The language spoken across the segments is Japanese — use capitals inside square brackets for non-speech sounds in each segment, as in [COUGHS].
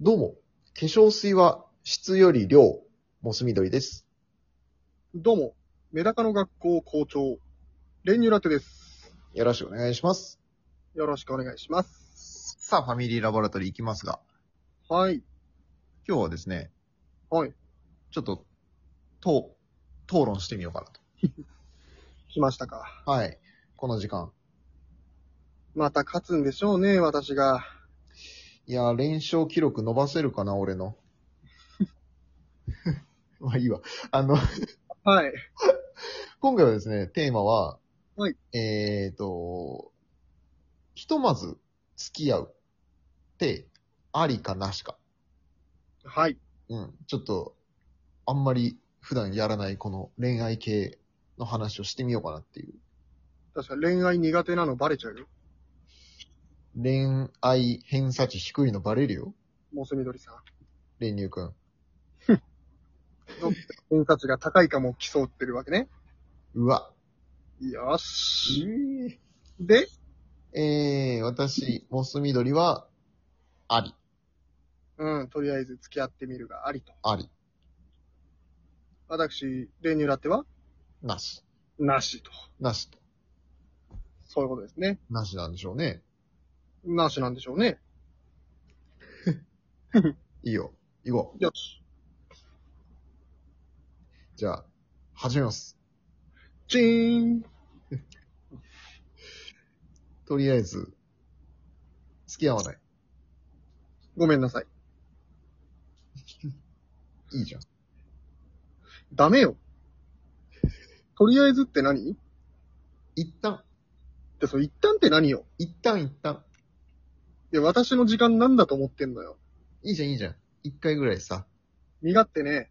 どうも、化粧水は質より量、モス緑です。どうも、メダカの学校校長、練乳ラテです。よろしくお願いします。よろしくお願いします。さあ、ファミリーラボラトリー行きますが、はい、今日はですね、はい、ちょっと、と、討論してみようかな来ましたか。と。はい。この時間。また勝つんでしょうね、私が。いやー、連勝記録伸ばせるかな、俺の。 [LAUGHS] まあいいわ。あの、はい、今回はですね、テーマは、はいえーと、ひとまず付き合うって、ありかなしか。はい、うん、ちょっと、あんまり普段やらないこの恋愛系の話をしてみようかなっていう。確か恋愛苦手なのバレちゃうよ。恋愛偏差値低いのバレるよモス緑さん。練乳くん。偏差値が高いかも競ってるわけね。うわ。よし。で、えー、私、モス緑は、あり、うん、とりあえず付き合ってみるがありと。あり、私、練乳ラテはなし、なしと。なしと、そういうことですね。なしなんでしょうね。なしなんでしょうね。いいよ。行こよし。う。じゃあ、始めます。チーン。とりあえず、付き合わない。ごめんなさい。いいじゃん。ダメよ。とりあえずって何一旦、って、それ一旦って何よ。一旦一旦。いや、私の時間なんだと思ってんのよ。いいじゃんいいじゃん。一回ぐらいさ、身勝手ね。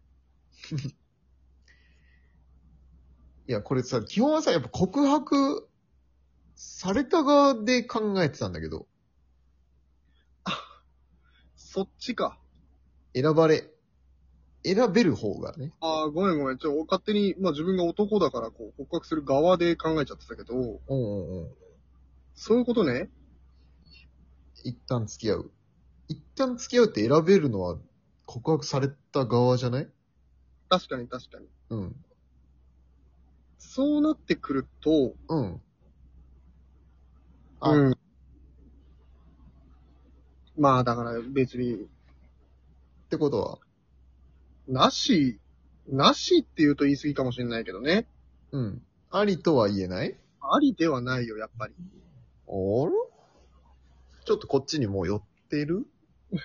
いや、これさ、基本はさ、やっぱ告白された側で考えてたんだけど、そっちか。選ばれ、選べる方がね。ああ、ごめんごめん。ちょ、勝手に、まあ自分が男だから、こう、告白する側で考えちゃってたけど、うんうんうん。そういうことね。一旦付き合う。一旦付き合うって選べるのは告白された側じゃない確かに確かに。うん。そうなってくると、うん。あうん。まあだから別に、ってことは、なし、なしって言うと言い過ぎかもしれないけどね。うん。ありとは言えないありではないよ、やっぱり。あらちょっとこっちにもう寄ってるい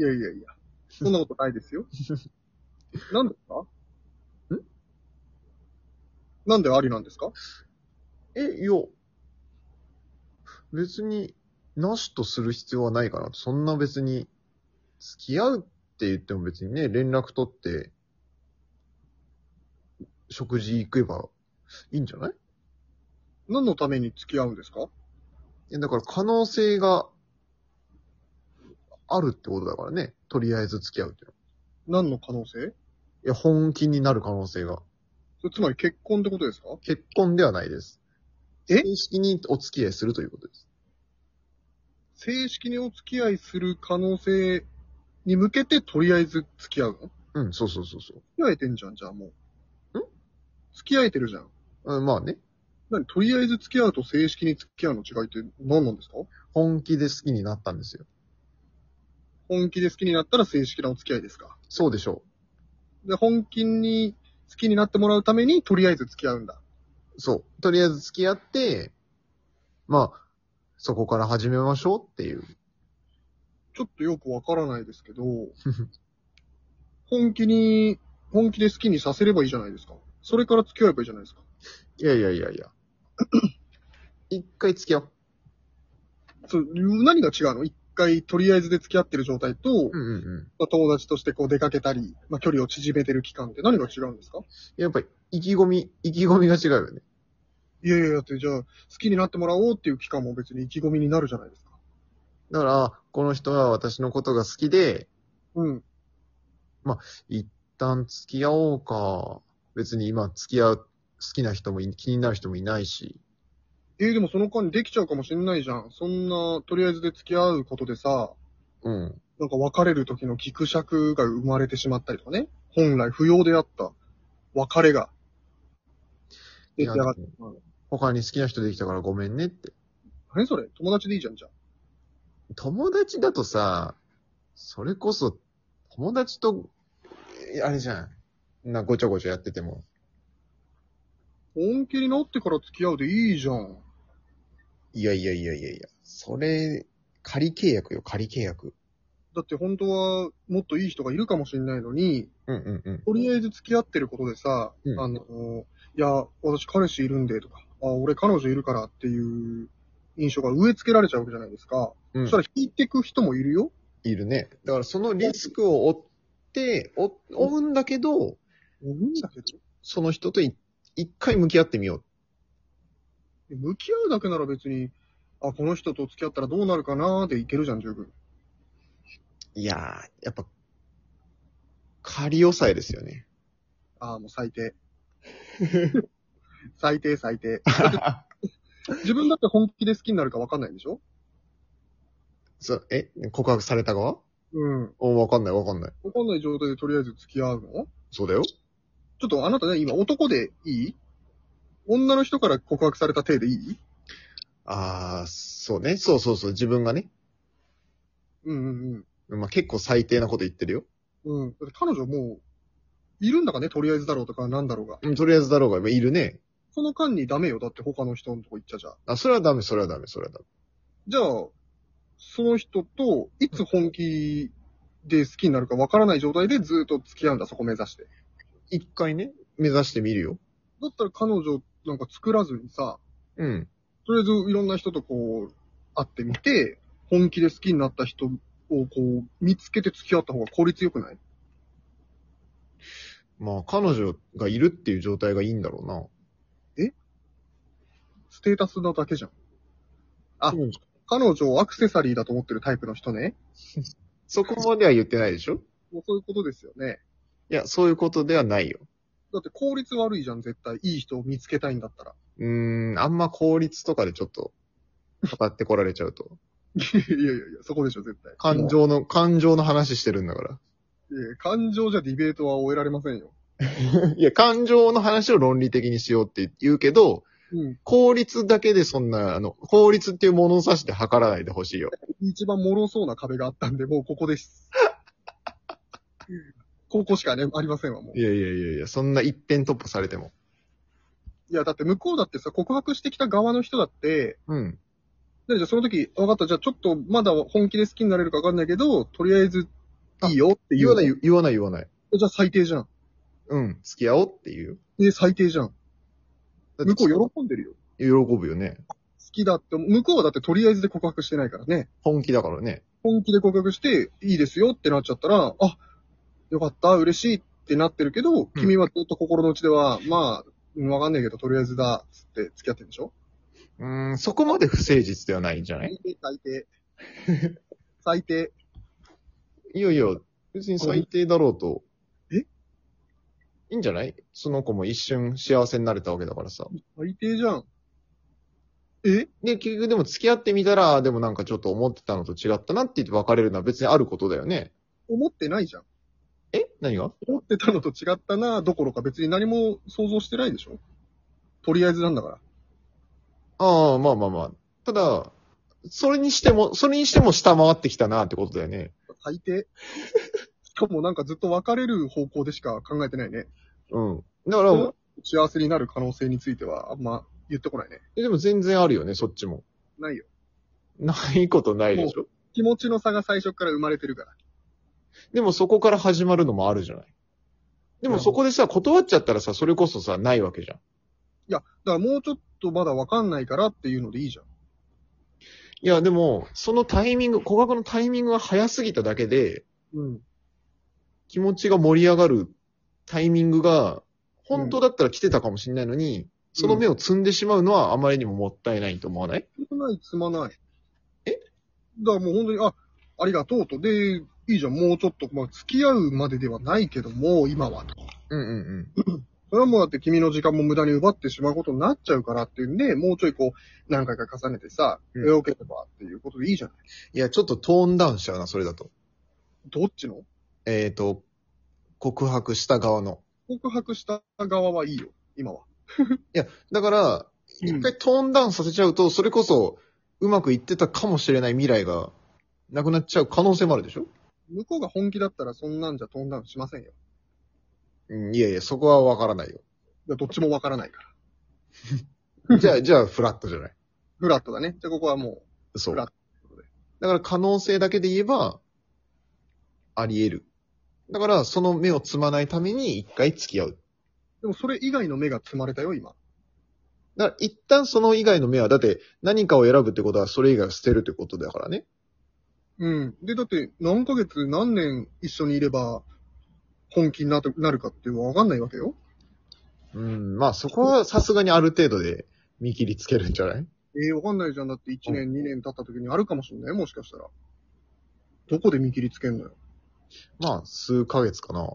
やいやいや。そんなことないですよ。なんですかんなんでありなんですかえ、いや、別に、なしとする必要はないかなと。そんな別に、付き合うって言っても別にね、連絡取って、食事行けばいいんじゃない何のために付き合うんですかいやだから可能性があるってことだからね。とりあえず付き合うっていうのは何の可能性いや、本気になる可能性が。それつまり結婚ってことですか結婚ではないです。え正式にお付き合いするということです。正式にお付き合いする可能性に向けてとりあえず付き合うの付うん、そうそうそうそき合えてんじゃん、じゃあもう。ん付き合えてるじゃん。う。うん、まあね。何とりあえず付き合うと正式に付き合うの違いって何なんですか本気で好きになったんですよ。本気で好きになったら正式なお付き合いですかそうでしょで、本気に好きになってもらうためにとりあえず付き合うんだ。う。そう。とりあえず付き合って、まあ、そこから始めましょうっていう。ちょっとよくわからないです [LAUGHS] けど、本気に、本気で好きにさせればいいじゃないですか。それから付き合えばいいじゃないですか。いやいやいや [COUGHS] いや。一回付き合おう。そう、何が違うの一回とりあえずで付き合ってる状態と、うんうんうん。まあ友達としてこう出かけたり、まあ、距離を縮めてる期間って何が違うんですかやっぱり、意気込み、意気込みが違うよね。いやいやいや、だってじゃあ、好きになってもらおうっていう期間も別に意気込みになるじゃないですか。だから、この人は私のことが好きで、うん。一旦付き合おうか。別に今付き合う、好きな人もい気になる人もいないし。えーでもその間にできちゃうかもしんないじゃん。そんな、とりあえずで付き合うことでさ、うん。なんか別れる時のギクシャクが生まれてしまったりとかね。本来不要であった別れが出来上がってしまう。他に好きな人できたからごめんねって。何それ友達でいいじゃん、じゃあ。友達だとさ、それこそ、友達と、えあれじゃん。な、ごちゃごちゃやってても。本気になってから付き合うでいいじゃん。いやいやいやいやいや。それ、仮契約よ、仮契約。だって本当はもっといい人がいるかもしれないのに、うんうんうん。とりあえず付き合ってることでさ、うんあの、いや、私彼氏いるんでとか、あ、俺彼女いるからっていう印象が植え付けられちゃうわけじゃないですか。うんそしたら引いてく人もいるよ。いるね。だからそのリスクを負って、お負うんだけど、いるんだけど。その人とい一回向き合ってみよう。向き合うだけなら別に、あ、この人と付き合ったらどうなるかなーでいけるじゃん、十分。いやー、やっぱ、仮押さえですよね。ああ、もう最 [LAUGHS] 低。最低、最低。 [LAUGHS] だって自分だって本気で好きになるか分かんないんでしょそえ告白された側うん。おわかんないわかんない。分かんない状態でとりあえず付き合うのそうだよ。ちょっとあなたね、今男でいい女の人から告白された体でいいあー、そうね。そうそうそう。自分がね。うんうんまあ、結構最低なこと言ってるよ。うん。うん。だって彼女もう、いるんだかね、とりあえずだろうとかなんだろうが。うんとりあえずだろうが、まあいるね。その間にダメよ。だって他の人のとこ行っちゃじゃあ。あ、それはダメ、それはダメ、それはダメ。じゃあ、その人といつ本気で好きになるかわからない状態でずっと付き合うんだ、そこ目指して。一回ね、目指してみるよ。だったら彼女なんか作らずにさ、うん。とりあえずいろんな人とこう、会ってみて、本気で好きになった人をこう、見つけて付き合った方が効率よくないまあ、彼女がいるっていう状態がいいんだろうな。ステータスなだけじゃん。あうん彼女をアクセサリーだと思ってるタイプの人ね。そこまでは言ってないでしょもうそういうことですよね。いや、そういうことではないよ。だって効率悪いじゃん、絶対。いい人を見つけたいんだったら。うーん、あんま効率とかでちょっと、語ってこられちゃうと。 [LAUGHS] いやいやいや、そこでしょ、絶対。感情の、感情の話してるんだかいや感情じゃディベートは終えられませんよ。 [LAUGHS] ら。いや、感情の話を論理的にしようって言うけど、うん。効率だけでそんな、あの、効率っていう物差しで測らないでほしいよ。一番脆そうな壁があったんで、もうここです。 [LAUGHS] ここしかね、ありませんわ、もう。いやいやいやいや、そんな一点突破されても。いや、だって向こうだってさ、告白してきた側の人だって、うん。でじゃあその時、わかった、じゃあちょっとまだ本気で好きになれるかわかんないけど、とりあえず、いいよって言言わう。ない、言わない、言わない。じゃあ最低じゃん。うん。付き合おうっていう。え、最低じゃん。だって向こう喜んでるよ。喜ぶよね。好きだって、向こうはだってとりあえずで告白してないからね。本気だからね。本気で告白して、いいですよってなっちゃったら、あ、よかった、嬉しいってなってるけど、君はずっと心の内では、まあ、うんわかんないけど、とりあえずだ、つって付き合ってるんでしょうーん、そこまで不誠実ではないんじゃない最低、最低。 [LAUGHS] 最低。いやいや、別に最低だろうと。えいいんじゃないその子も一瞬幸せになれたわけだからさ。最低じゃん。えで、結局でも付き合ってみたら、でもなんかちょっと思ってたのと違ったなって言って別れるのは別にあることだよね。思ってないじゃん。え何が思ってたのと違ったな、どころか別に何も想像してないでしょとりあえずなんだから。ああ、まあまあまあ。ただ、それにしても、それにしても下回ってきたなってことだよね。最低。しかもなんかずっと別れる方向でしか考えてないね。うん。だから、うん幸せになる可能性については、あんま言ってこないね。えでも全然あるよね、そっちも。ないよ。ないことないでしょ気持ちの差が最初から生まれてるから。でもそこから始まるのもあるじゃない。でもそこでさ、断っちゃったらさ、それこそさ、ないわけじゃん。いや、だからもうちょっとまだわかんないからっていうのでいいじゃん。いや、でも、そのタイミング、告白のタイミングが早すぎただけで、うん。気持ちが盛り上がるタイミングが、本当だったら来てたかもしれないのに、その目を摘んでしまうのはあまりにももったいないと思わないつまない、つまない。えだからもう本当に、あ、ありがとうと。で、いいじゃん。もうちょっと、まあ、付き合うまでではないけども、今は。うんうんそれはもうだって君の時間も無駄に奪ってしまうことになっちゃうからっていうんで、もうちょいこう、何回か重ねてさ、ううんよければっていうことでいいじゃない。いや、ちょっとトーンダウンしちゃうな、それだと。どっちのえっ、と、告白した側の。告白した側はいいよ、今は。だから、うん一回トーンダウンさせちゃうと、それこそ、うまくいってたかもしれない未来が、なくなっちゃう可能性もあるでしょ向こうが本気だったらそんなんじゃトーンダウンしませんよ。うん、いやいや、そこはわから [LAUGHS] ないよ。いやどっちもわからないから。じゃあ、じゃあ、フラットじゃない。フラットだね。じゃあここはもそフう。ラッだトから可能性だけで言えば、あり得る。だから、その目をつまないために一回付き合う。う、でもそれ以外の目が積まれたよ、今。だから、一旦その以外の目は、だって、何かを選ぶってことは、それ以外を捨てるってことだからね。うん。で、だって何ヶ月、何年一緒にいれば本気にななるかっていうのはわかんないわけよ。うん、まあ、そこはさすがにある程度で見切りつけるんじゃないええわかんないじゃん。だって1年、2年経った時にあるかもしんないよもしかしたら。どこで見切りつけんのよ。まあ、数ヶ月かな。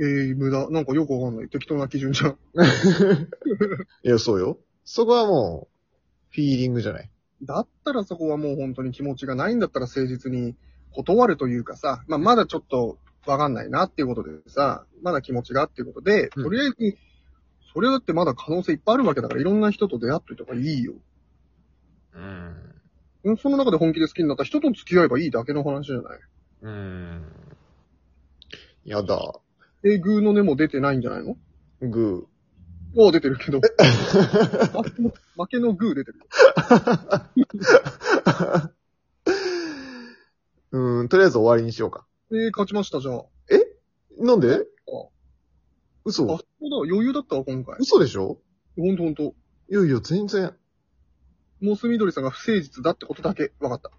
ええ無駄。なんかよくわかんない。適当な基準じゃん。いや、そうよ。そこはもう、フィーリングじゃない。だったらそこはもう本当に気持ちがないんだったら誠実に断るというかさ、まあ、まだちょっとわかんないなっていうことでさ、まだ気持ちがっていうことで、うんとりあえずに、それだってまだ可能性いっぱいあるわけだから、いろんな人と出会っといた方がいいよ。うん。うんその中で本気で好きになった人と付き合えばいいだけの話じゃない。うん。やだ。え、グーの根も出てないんじゃないのグお出てるけど。 [LAUGHS] 負けの負けのグー出てる。ー。うん、とりあえず終わりにしようか。えー勝ちました、じゃあ。あ、なんでそ嘘うだ、余裕だったわ、今回。嘘でしょほんとほんと。いやいや、全然。モスみどりさんが不誠実だってことだけ分かった。